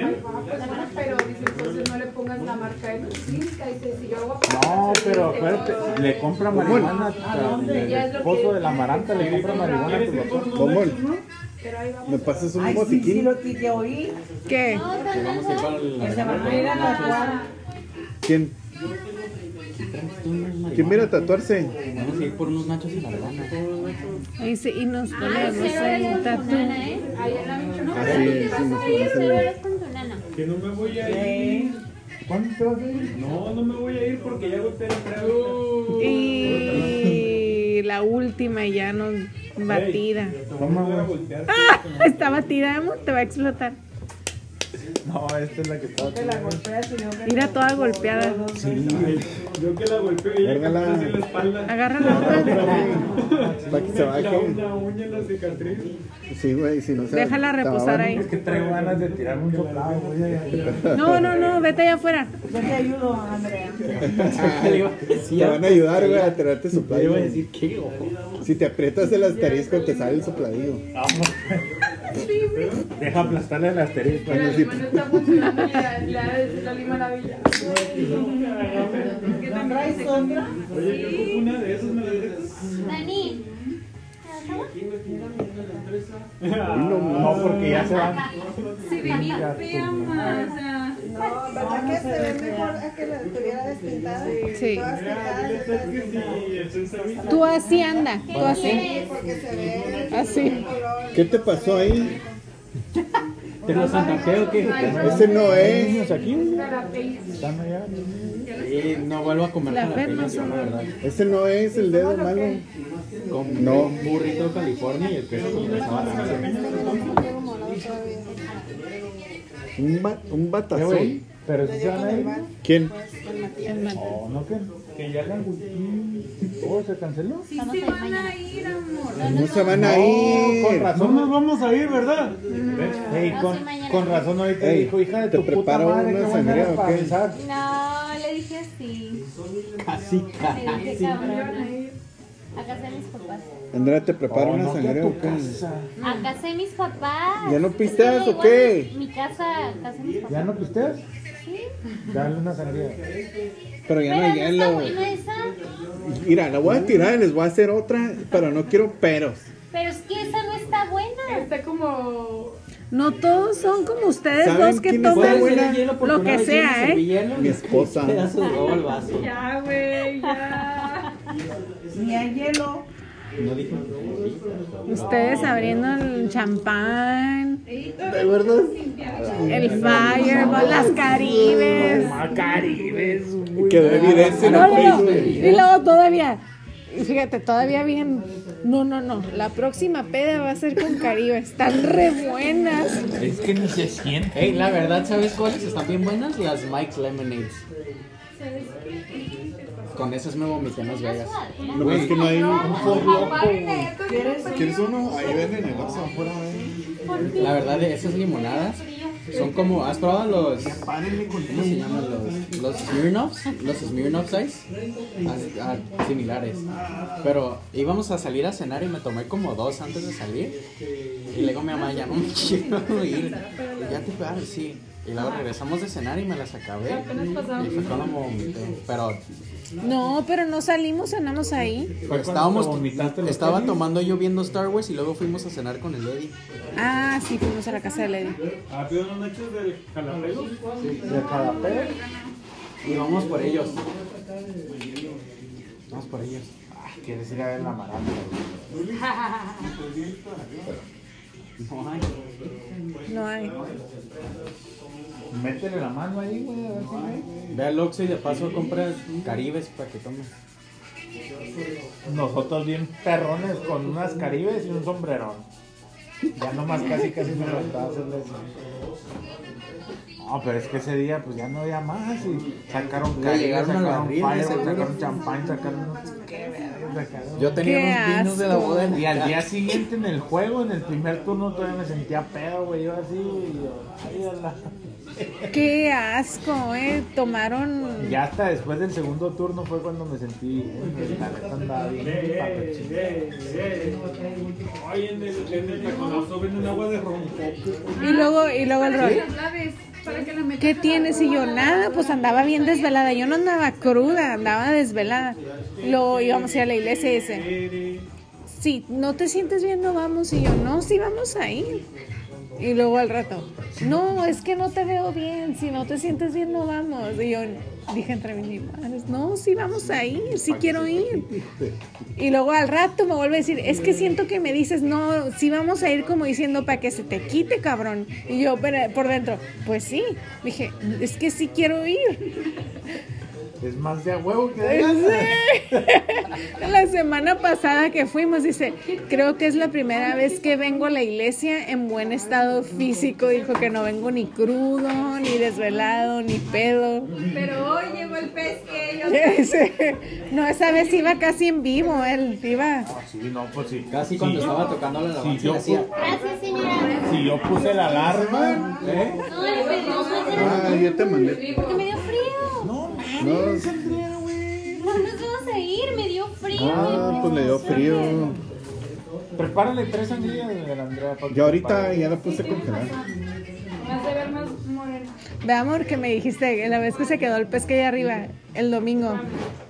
Pero dice, entonces no le pongas la marca de tu finca. Dice, si yo hago
No, pero acuérdate, le compra marihuana al el esposo de la Maranta, le compra marihuana a tu papá.
¿Cómo? ¿Me pasas un botiquín?
que oí.
¿Qué?
Se van a ir a la
¿Quién? ¿Quién mira tatuarse?
Vamos a ir por unos nachos y la lana.
Y, sí, y nos ponemos el tatu.
Así es, sí, nos ponemos el-
Que no me voy a ir.
¿Cuándo te vas a ir?
No, no me voy a ir porque ya golpeé el trago.
Y la última y ya nos batida. ¡Ah! Está batida, amor, te va a explotar.
No, esta es la que estaba.
Mira toda golpeada.
Yo que la golpeo y ella que me
Agárrala.
hace la espalda.
Agarra la
Para que se
La
baje.
una uña en la cicatriz.
Sí, güey, si no se
Déjala
te va a
reposar
bajar.
ahí.
Es que traigo ganas de tirar un soplado, güey.
No, no, no, vete allá afuera.
Yo te ayudo, Andrea.
Te van a ayudar, güey, a tirarte su playo. Si te aprietas el asterisco, te sale el sopladillo.
Deja aplastarle el asterisco.
La lima no está funcionando y la, la, la lima la villa.
¿Qué traes, Sonia?
Oye, yo como una de esas me la dejas.
Dani.
No, porque ya se van.
Se ve bien fea, ma, o sea.
No, ¿verdad que se ve mejor a que la tuviera despintada?
Sí.
Todas pintadas, todas
pintadas.
Tú así anda, tú así.
Porque se ve
Así.
¿Qué te pasó ahí?
¿Te lo santapeo o qué?
Ese no es.
aquí?
Y no vuelvo a comer
La
jalapeño,
Fer
yo, la verdad.
Ese no es el dedo malo.
Con
No.
un burrito de California y el queso con esa balanza.
Un, ba- un
Eh, güey,
batazón.
Pero si se van a ir.
¿Quién?
No, Oh, no, que, que ya la ¿Todo se canceló?
Sí se van a ir, amor.
No se van a
No, con
ir.
razón nos vamos a ir, ¿verdad? Ey,
No, sí,
con,
mañana.
con razón ahorita
Ey,
dijo, hija de
¿te
tu puta
preparo
madre,
una
¿qué
sangría
maneras
o
para
qué?
avisar?
No, le dije así.
Casi,
Ah,
Le dije
casi.
cabrón. A casa de mis papás.
Andrea, ¿te preparo
Oh,
una
no, que a
sangre
tu
o qué?
casa.
Mm.
A casa de mis papás.
¿Ya no
Es que
pisteas
me da
o
igual
qué?
Mi casa, a casa de mis papás.
¿Ya no pisteas? Dale una sangría.
Pero ya no hay
Pero no
hielo.
está buena esa.
Mira, la voy a tirar y les voy a hacer otra, pero no quiero peros.
Pero es que esa no está buena.
Está como.
No todos son como ustedes
¿Saben
dos que
quién está
toman
buena?
lo que sea, ¿eh?
Mi esposa.
Pedazo de huevo al vaso.
Ya,
¿eh?
Ah, güey, ya.
Ni hay hielo.
No dije.
Ustedes abriendo el champán,
¿De verdad?
el fireball, las caribes.
Quedó evidencia en
No,
el
no, no.
Facebook.
Y luego todavía, fíjate, todavía bien. No, no, no. La próxima peda va a ser con caribes. Están re buenas.
Es que ni se siente. Ey, la verdad, ¿sabes cuáles están bien buenas? Las Mike's Lemonades. Con esas me vomité en Las Vegas.
Lo que es que no hay un
¿Quieres?
¿Quieres uno? Ahí venden el oxo afuera, ¿eh?
La verdad, esas limonadas son como. ¿Has probado los. ¿Cómo se llaman los? Los Smirnoffs. Los Smirnoffs Ice. Ah, ah, similares. Pero íbamos a salir a cenar y me tomé como dos antes de salir. Y luego mi mamá ya no me quiero ir. Y ya te pegaron, sí. Y luego regresamos de cenar y me las acabé. Y fue cuando me vomité. Pero
No, pero no salimos, andamos ahí.
Pues estábamos, estaba tomando yo viendo Star Wars y luego fuimos a cenar con el Eddie.
Ah, sí, fuimos a la casa de Lady.
Ah, pido unos nachos del jalapeño.
De jalapé.
Y vamos por ellos. Vamos por ellos. Ah,
Ay, ¿Quieres ir a ver la Maranta?
No hay.
No hay.
Métele la mano ahí, güey, a ver si hay.
Ve al Oxxo y de paso compras caribes para que tomes.
Nosotros bien perrones con unas caribes y un sombrerón. Ya nomás casi casi me faltaba hacerle eso. No, pero es que ese día pues ya no había más y sacaron
Le
caídas,
llegaron al
sacaron
barril,
fire,
seguro.
sacaron champán, sacaron qué verga, sacaron-
Yo tenía Qué unos vinos de la asco. boda en la
Y al día
casa.
siguiente en el juego, en el primer turno todavía me sentía pedo, güey, yo así, y yo, ay, a la-
Qué asco, eh. Tomaron.
Ya hasta después del segundo turno fue cuando me sentí. La neta andaba bien papachín.
Ay, en el, en el taconazo venden agua de ronco.
Y luego, y luego el rol.
Para que la metas
¿Qué
a la
tienes? Y yo, nada, pues andaba bien desvelada. Yo no andaba cruda, andaba desvelada. Lo íbamos a ir a la iglesia y dice, si no te sientes bien, no vamos. Y yo, no, sí vamos a ir. Y luego al rato, no, es que no te veo bien, si no te sientes bien, no vamos. Y yo dije entre mis manos, no, sí vamos a ir, sí quiero ir. Y luego al rato me vuelve a decir, es que siento que me dices, no, sí vamos a ir como diciendo para que se te quite, cabrón. Y yo pero, por dentro, pues sí. Dije, es que sí quiero ir.
Es más de a huevo que de
Sí. La semana pasada que fuimos, dice, creo que es la primera vez que vengo a la iglesia en buen estado físico. Dijo que no vengo ni crudo, ni desvelado, ni pedo.
Pero hoy llegó el pez que yo.
Dice, no, esa vez iba casi en vivo, él iba.
Sí, no, pues sí.
Casi cuando estaba tocando la
si yo,
bocina hacía-
Gracias, señora.
si yo puse la alarma, ¿eh?
No, le pedí no,
Ah, yo te mandé.
Porque me dio frío. No,
No,
no nos vamos a ir, me dio frío.
ah, pues le dio frío.
Prepárale tres sangrías de la Andrea. para que
Ya ahorita
prepare.
ya la puse a congelar.
Me hace ver más morena.
Ve, amor, que me dijiste que la vez que se quedó el pez que hay arriba, el domingo,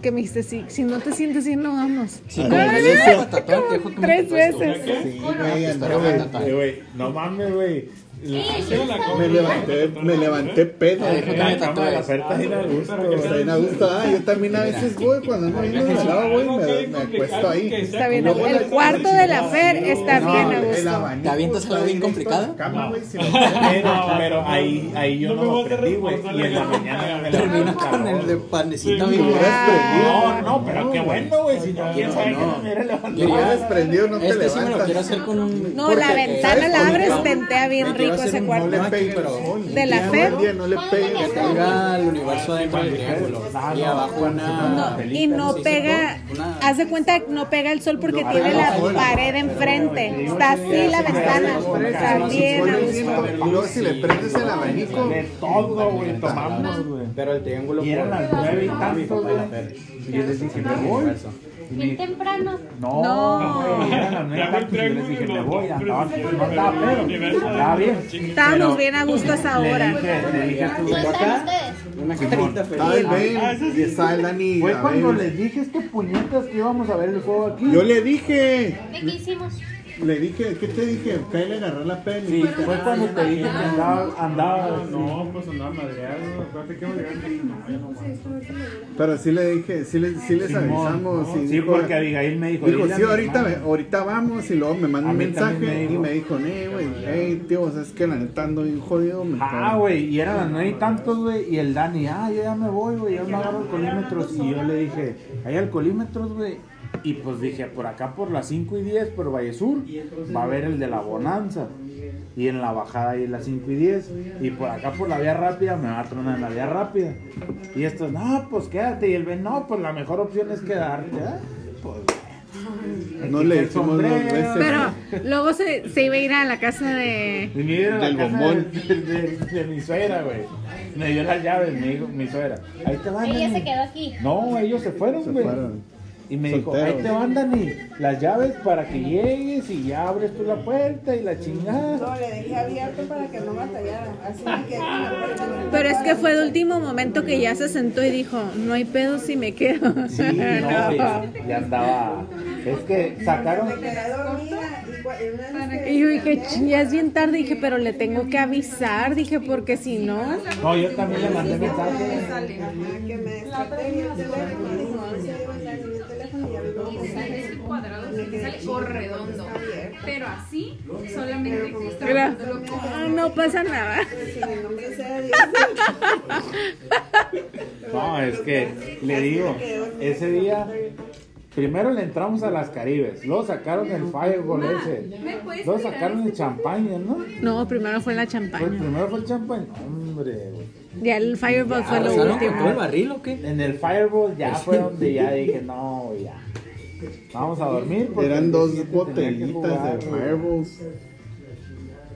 que me dijiste, si, si no te sientes bien, no vamos.
Sí,
Ay,
como
ay,
me dice,
ay,
tatuarte,
como
dejo que me
tres
tatuaste.
veces.
Sí, güey,
Eh,
andaba-
güey, eh, güey, no mames, güey. Eh,
Eh,
Me levanté, me levanté pedo.
Ah, dijo que me tatué.
Ah,
Está bien a gusto, está bien a gusto. Ah, yo también a veces voy, cuando ando viendo de lado, güey, me, me acuesto ahí.
Está bien,
Luego
el
la-
cuarto de la Fer está
No,
bien a
el
gusto.
abanico
¿Te avientas
está
algo bien
directo a la
complicado?
cama, güey, si me-
Pero, pero ahí, ahí yo no,
me
lo prendí, güey. Y en la mañana me
Termina
levanté.
con el de panecito
Sí,
amigo.
lo hubieras
Ah,
No,
prendido. No, pero qué bueno, güey. Si no, quién sabe que no me hubiera
Lo hubieras
levantado.
prendido, no te
Este sí me lo
levantas.
quiero hacer con un.
No, la ventana la abres, tentea bien
Me
rico
quiero hacer
ese
un
cuarto.
No le
No,
pegues,
pero-
De la
no,
Fer.
día no le pegues.
Pega el universo dentro del triángulo. Y abajo una.
Y no pega, haz de cuenta, no pega el sol porque tiene la pared enfrente. Está así la ventana. Está bien a gusto.
Y luego si le prendes el abanico,
De todo, güey, tomamos, güey.
Pero el triángulo.
Y eran
por-
las nueve y tantos,
papá y la
güey. Y yo les dije, me
El
voy.
universo.
Y me-
Bien temprano.
No,
No.
güey, eran las nueve y tantos. Y yo les dije, me voy. Andaba, no andaba, pero andaba bien.
Estábamos bien a gusto a esa
Le
hora.
dije, le dije a
¿Cómo
tu
están ustedes?
Una carita feliz.
está el Ben y está el Dani.
Fue
Abel.
cuando les dije, es que puñetas que íbamos a ver el juego aquí.
Yo le dije,
¿De qué hicimos?
le dije, ¿qué te dije? Kyle agarró la peli.
Sí, fue cuando te dije que andaba, andaba,
No, pues andaba madreado. Acuérdate que madreado. No, ya no aguanto.
Pero sí le dije, sí, le- sí les
Simón,
avisamos.
¿no?
y
Sí,
dijo-
porque Abigail me dijo.
Dijo,
"Dile a
sí,
mi
ahorita,
hermana".
ve- ahorita vamos y luego me manda
A
un
mí también
mensaje
me dijo.
y me dijo, nee, güey, hey, tío, o sea, es que la neta ando bien jodido. Me
Ah,
cago".
güey, y eran las nueve y tantos, güey, y el Dani, ah, yo ya me voy, güey, yo me agarro alcoholímetros, y yo le dije, hay alcoholímetros, güey, y pues dije, por acá por las 5 y 10, por Valle Sur, va a haber el de la Bonanza, y en la bajada ahí en las 5 y 10, y por acá por la vía rápida, me va a tronar en la vía rápida, y estos, no, pues quédate, y el Ben, no, pues la mejor opción es quedarte, ¿eh? Pues,
No le
quité el
dijimos dos
sombrero,
veces.
Pero luego se, se iba a ir a la casa de.
Y me dieron la
Del
casa
bombón.
De, de- de mi suegra, güey. Me dio las llaves, me dijo mi suegra. Ahí te van,
Ella se
Dani.
quedó aquí.
No, ellos se
Se
fueron, güey.
fueron.
Y me dijo,
Solteros.
ahí te van, Dani, las llaves para que llegues y ya abres tú la puerta y la chingada.
No, le dejé abierto para que no batallara. Así me quedé con la puerta abierta.
Pero es que fue el último momento que ya se sentó y dijo, no hay pedo si me quedo.
Sí, no, güey. Ya andaba. Es que sacaron.
Me quedé dormida y cua- y una vez que
Y yo dije, "Chin, ya es bien tarde, dije, pero le tengo que avisar, dije, porque si no...
No, yo también le mandé mensaje.
Sale.
Ajá, que me desperté y el teléfono dije, no, sí, debo estar en el teléfono y ya vi como que
Sale
sale.
así cuadrado, sale o redondo. Pero así, solamente que está
Era,
viéndolo con-
"Ah, no pasa nada.
Sin el nombre sea de Dios.
No, es que le digo, ese día Primero le entramos a las Caribes, luego sacaron el Fireball ese, luego sacaron el champaña, ¿no?
No, primero fue la
Fue-
champaña.
primero fue el champaña, hombre, güey.
Ya el Fireball fue lo
¿Empezaron
último.
con todo barril o qué? En el Fireball ya fue donde ya dije, no, ya. Vamos a dormir. porque
Eran dos
tenía que jugar,
botellitas de
güey.
fireballs.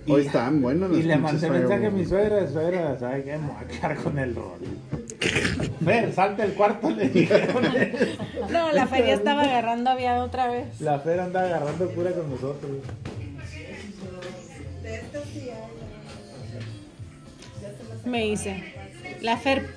Hoy estaban buenos
Y
los
le
pinches
mandé mensaje a mi
fireballs.
suegra, suegra, ¿sabes qué? Me voy a quedar con el rol. Fer, salte del cuarto, le dije.
No, la feria estaba agarrando aviado otra vez.
La Fer anda agarrando cura con nosotros.
Me dice, la Fer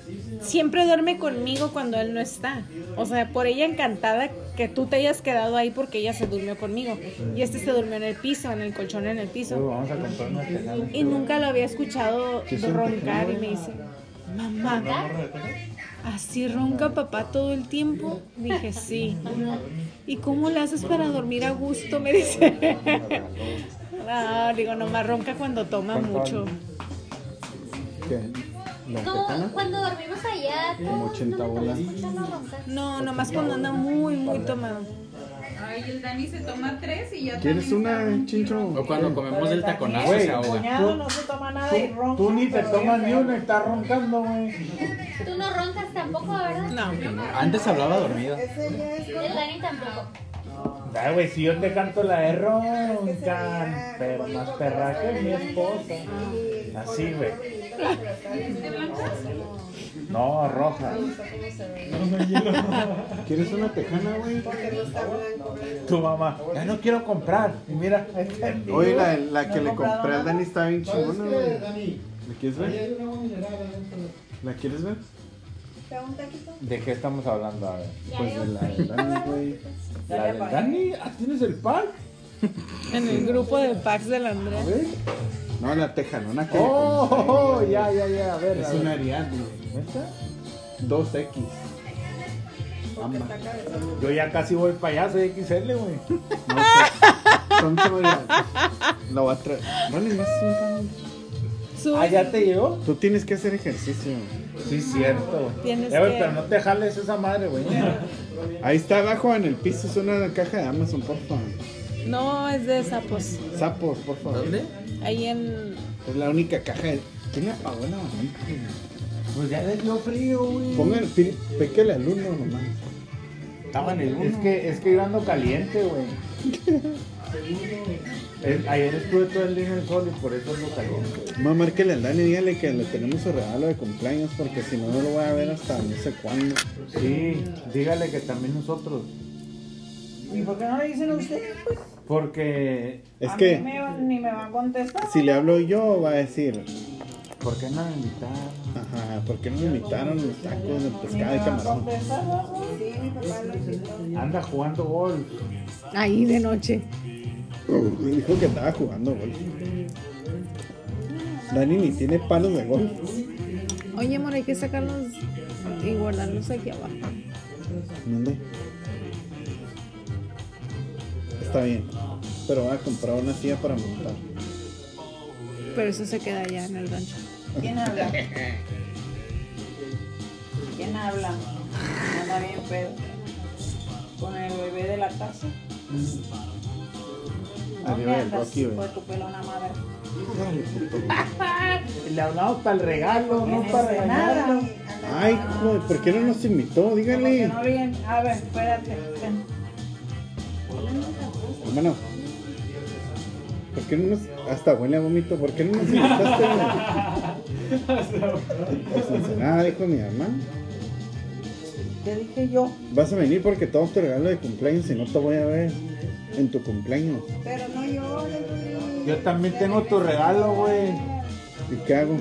siempre duerme conmigo cuando él no está. O sea, por ella encantada que tú te hayas quedado ahí porque ella se durmió conmigo. Y este se durmió en el piso, en el colchón en el
Uy,
piso.
vamos a comprar unas tejanas.
Y nunca lo había escuchado
¿Qué son
roncar y me
tejanas?
dice, mamá, ¿así ronca papá todo el tiempo? Dije, sí. ¿Y cómo le haces para dormir a gusto? Me dice. No, digo, nomás ronca cuando toma mucho.
¿Qué? ¿La
Como
tetana?
cuando dormimos allá,
Como 80 bolas.
No, nomás cuando anda muy, muy tomado.
Ay, el Dani se toma tres y ya
¿Quieres una, Chincho?
O cuando comemos del taconazo
Güey,
se ahoga.
tú-
no se toma nada y ronca.
Tú ni te tomas ni una y estás roncando, güey.
Tú no roncas tampoco, ¿verdad?
No.
Antes hablaba dormido.
El Dani tampoco.
Ay, Ah, güey, si yo te canto la de roncan, pero más perra que mi esposa. Ah, Así, güey.
¿Este
No, roja.
¿Quieres una tejana, güey?
Tu mamá, ya no quiero comprar. Y mira, esta es
Oye,
mía.
la, la que le compré al Dani está bien
¿Sabes
chingona,
qué,
güey.
Dani?
¿La quieres
Ahí
ver?
hay una agua mineral adentro.
¿La quieres ver?
¿De qué estamos hablando? A ver.
Pues de la del
Ah,
Dani, güey.
La del Dani, ah, ¿tienes el pack?
En el grupo de packs del Andrés.
No, la tejanona que le
Oh,
compré,
ya, ya, ya, a ver.
Es
a
una
ver.
Ariadne.
¿Neta?
2X. Ambas.
Yo ya casi voy para allá, soy XL, güey.
Son como la, la voy a traer. Dale más un sándwich.
Sube.
Ah, ¿ya te llegó?
Tú tienes que hacer ejercicio.
Sí, cierto.
Tienes
Eh, güey,
que-
pero no te jales esa madre, güey.
Ahí está abajo en el piso, es una caja de Amazon, por favor.
No, es de sapos.
Sapos, por favor.
¿Dónde?
Ahí en.
Es la única caja de. ¿Quién le apagó la banca?
Pues ya le dio frío, güey.
Pongan, pi- péquele al uno nomás.
Estaba en el uno. Es que, es que yo ando caliente, güey. Es- Ayer estuve todo el día en el sol y por eso ando caliente. güey.
Mamá, márquele al Dani, dígale que le tenemos su regalo de cumpleaños porque si no, no lo voy a ver hasta no sé cuándo.
Sí, dígale que también nosotros.
¿Y por qué no le dicen a ustedes? Pues
Porque.
Es
a mí
que
me- ni me va a contestar.
si le hablo yo, va a decir,
¿Por qué no me invitaron?
ajá, ¿por qué no invitaron los tacos de pescado y camarón?
Sí, mi papá lo invitó.
Anda jugando golf.
Ahí de noche.
Me dijo que estaba jugando golf. Dani ni tiene palos de golf.
Oye, amor, hay que sacarlos y guardarlos aquí abajo.
¿Dónde? Está bien, pero voy a comprar una silla para montar.
Pero eso se queda allá en el rancho.
¿Quién habla? ¿Quién habla? Anda bien pedo. Con el bebé de la casa. ¿Dónde Ah,
Arriba Ah, del
andas?
Rocky, güey.
Por tu pelo una madre.
Le hablamos para el regalo, no
Tienes
para
Pues nada.
regalarlo.
Ay, joder, ¿por qué no nos invitó?
Que
Dígale.
no bien. A ver, espérate. ven.
Hermano. ¿Por qué no nos... Hasta huele a vómito. ¿Por qué no nos invitaste? güey? Nada, dijo mi mamá.
Te dije yo.
Vas a venir porque todo tu regalo de cumpleaños y no te voy a ver en tu cumpleaños.
Pero no llores, Luis.
Yo también tengo tu regalo, güey.
¿Y qué hago?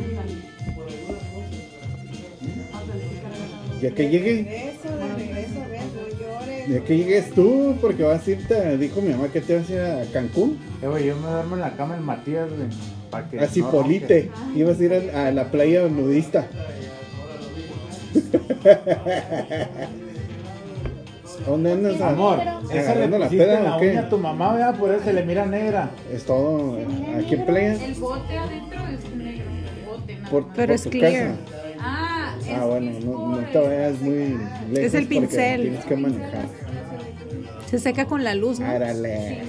Ya que llegue,
Regreso, de regreso, ven, no llores.
ya que llegues tú, porque vas a irte, dijo mi mamá que te vas a ir a Cancún,
Eh, güey, yo me duermo en la cama del Matías, güey. pa' que
a
no
Cipolite, Ah, ibas a ir a, a la playa nudista. ¿A ¿Dónde andas?
Amor, esa le
¿Agarrando la
pusiste
peda
la
o qué?
uña a tu mamá, ¿verdad? Por eso se le mira negra.
Es todo, eh, aquí en playa,
El bote adentro es negro. El bote, nada
por,
más.
Pero
por
es
tu
clear.
casa.
Ah,
Ah, bueno, no, no te vayas muy lejos.
el
porque
pincel.
Tienes que manejar.
Se seca con la luz, ¿no?
Árale.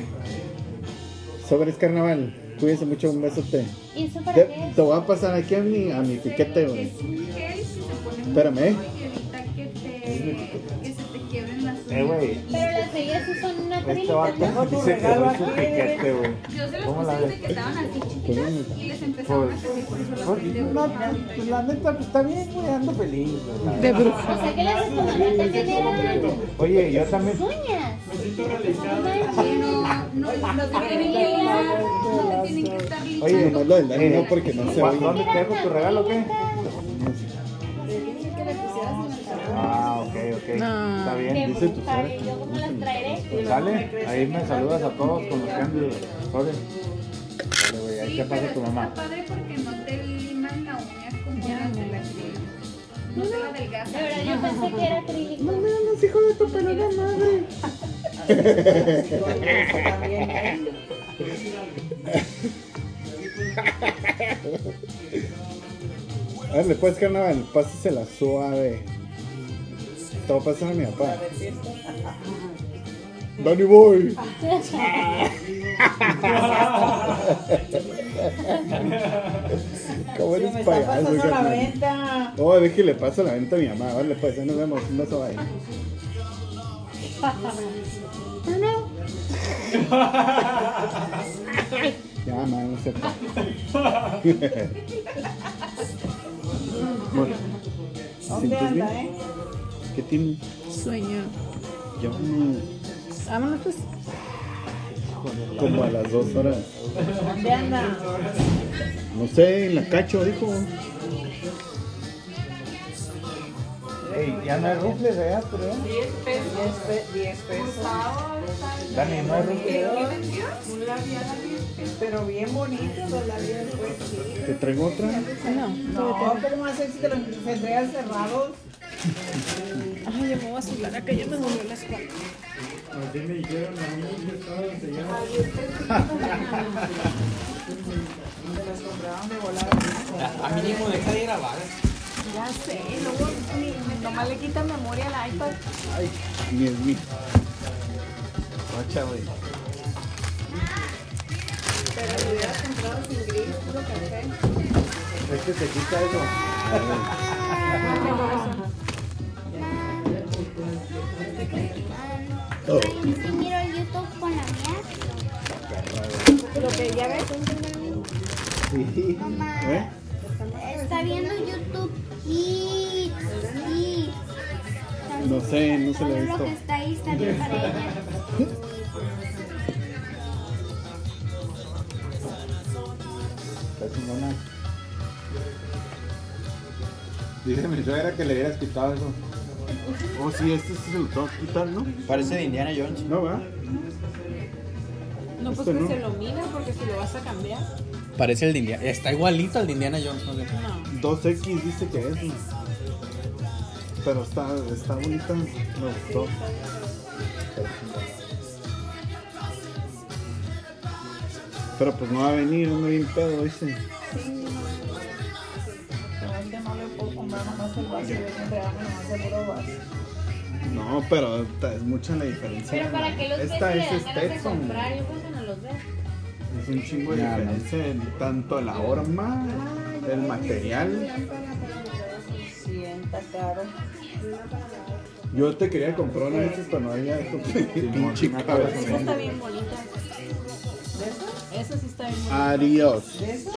Sobres carnaval. Cuídense mucho, un besote.
¿Y eso para
Te,
qué es?
te voy a pasar aquí a mi, a mi piquete, güey.
Es un gel que se pone
Espérame, eh.
y evita que te, que se te quiebren las uñas.
Eh, güey.
Pero las bebidas sí son
Este
naturalistas,
vato
¿no?
dice que no es un piquete, güey.
Yo se los
¿Cómo la
puse
ves?
desde que estaban así chiquitas y les empezaron a
Pues,
hacer por eso las
pues,
vendemos.
no, pues, la neta, pues está bien, güey, ando feliz. güey, la
De
verdad.
bruja.
O sea, que las esponjas también eran
Oye, yo también.
uñas.
No, no, no te tienen que ligar, no te tienen que estar
Oye,
linchando.
nomás lo del año, no, porque no se
¿cuándo-
oye.
eh, ¿Dónde te dejo tu regalo o qué? Ah, ok, ok.
No.
Está
De
bien, dice tu
bruja,
suerte.
¿y yo cómo las traeré?
Sale, ahí me saludas a todos con los cambios. Sorry. Dale, güey, ahí te pasa tu mamá.
Está padre porque no te liman la uña como la de la crema. No te la adelgazan.
De verdad, yo pensé que era acrílico.
hijo de tu peluda madre. Dale, pues carnaval, pásasela suave. Te voy a pasar a mi papá. Danny Boy.
Ah,
Cómo
Se
eres
me está
payaso,
pasando la
carnal.
venta.
No, es que le paso la venta a mi mamá. Vale, pues, ahí nos vemos. No se vaya. Ya, mamá, no se puede. Bueno,
¿Dónde
¿sientes bien?
anda, eh?
¿Qué tiene?
Sueño.
Yo mm,
Vámonos pues.
como a las dos horas.
¿Dónde anda?
No sé, en la cacho, dijo.
Ey, ya no hay rufles allá, pero. eh.
10 pesos. 10 pesos.
Dani, no hay rufles.
Un labial a 10 pesos. Pero bien bonito los labiales, pues sí.
¿Te traigo otra?
No.
No, pero más sexy te los entregas cerrados.
Ay, ya me voy a sudar acá, ya me dolió la espalda.
Así me dijeron a mí que estaba enseñando.
Te los compraron de volada.
A mínimo deja de grabar.
Ya sé, luego ni, ni- nomás le quitan memoria al iPad.
Ni es mío.
Ocha, güey.
Pero lo hubieras comprado sin gris, puro café.
Es que te quita eso.
Oh.
Yo sí miro el YouTube con la mía.
Lo que ya ves.
Sí. ¿Eh?
Está viendo YouTube y... y-
No sé, no se lo he
Todo lo
visto.
que está ahí está bien para ella.
Está chingona. Dice mi suegra que le hubieras quitado eso.
Oh, sí, este sí se lo tengo que quitar, ¿no?
Parece de Indiana Jones.
No, va.
No, pues
Esto
que
no.
se lo mira porque si lo vas a cambiar.
Parece el de Indiana. Está igualito al de Indiana Jones, no sé.
2X dice que es. ¿no? Pero está, está bonita. Me gustó. Pero pues no va a venir, ando bien pedo, dice.
Es que no le puedo comprar nomás el vaso. Yo siempre hago nomás el puro vaso.
No, pero esta es mucha la diferencia.
Pero para que los
Esta
veas,
es
le dan ganas de
Stetson.
comprar. Yo creo que no los veo.
Es un chingo de
Ya, no.
diferencia en tanto la horma, el material.
Sienta caro.
Yo te quería comprar una de estas, pero no había esto. Pinche
me acuerdo.
Esa está
cabeza.
bien bonita. ¿De eso? Esa sí está bien bonita.
Adiós.
¿De eso?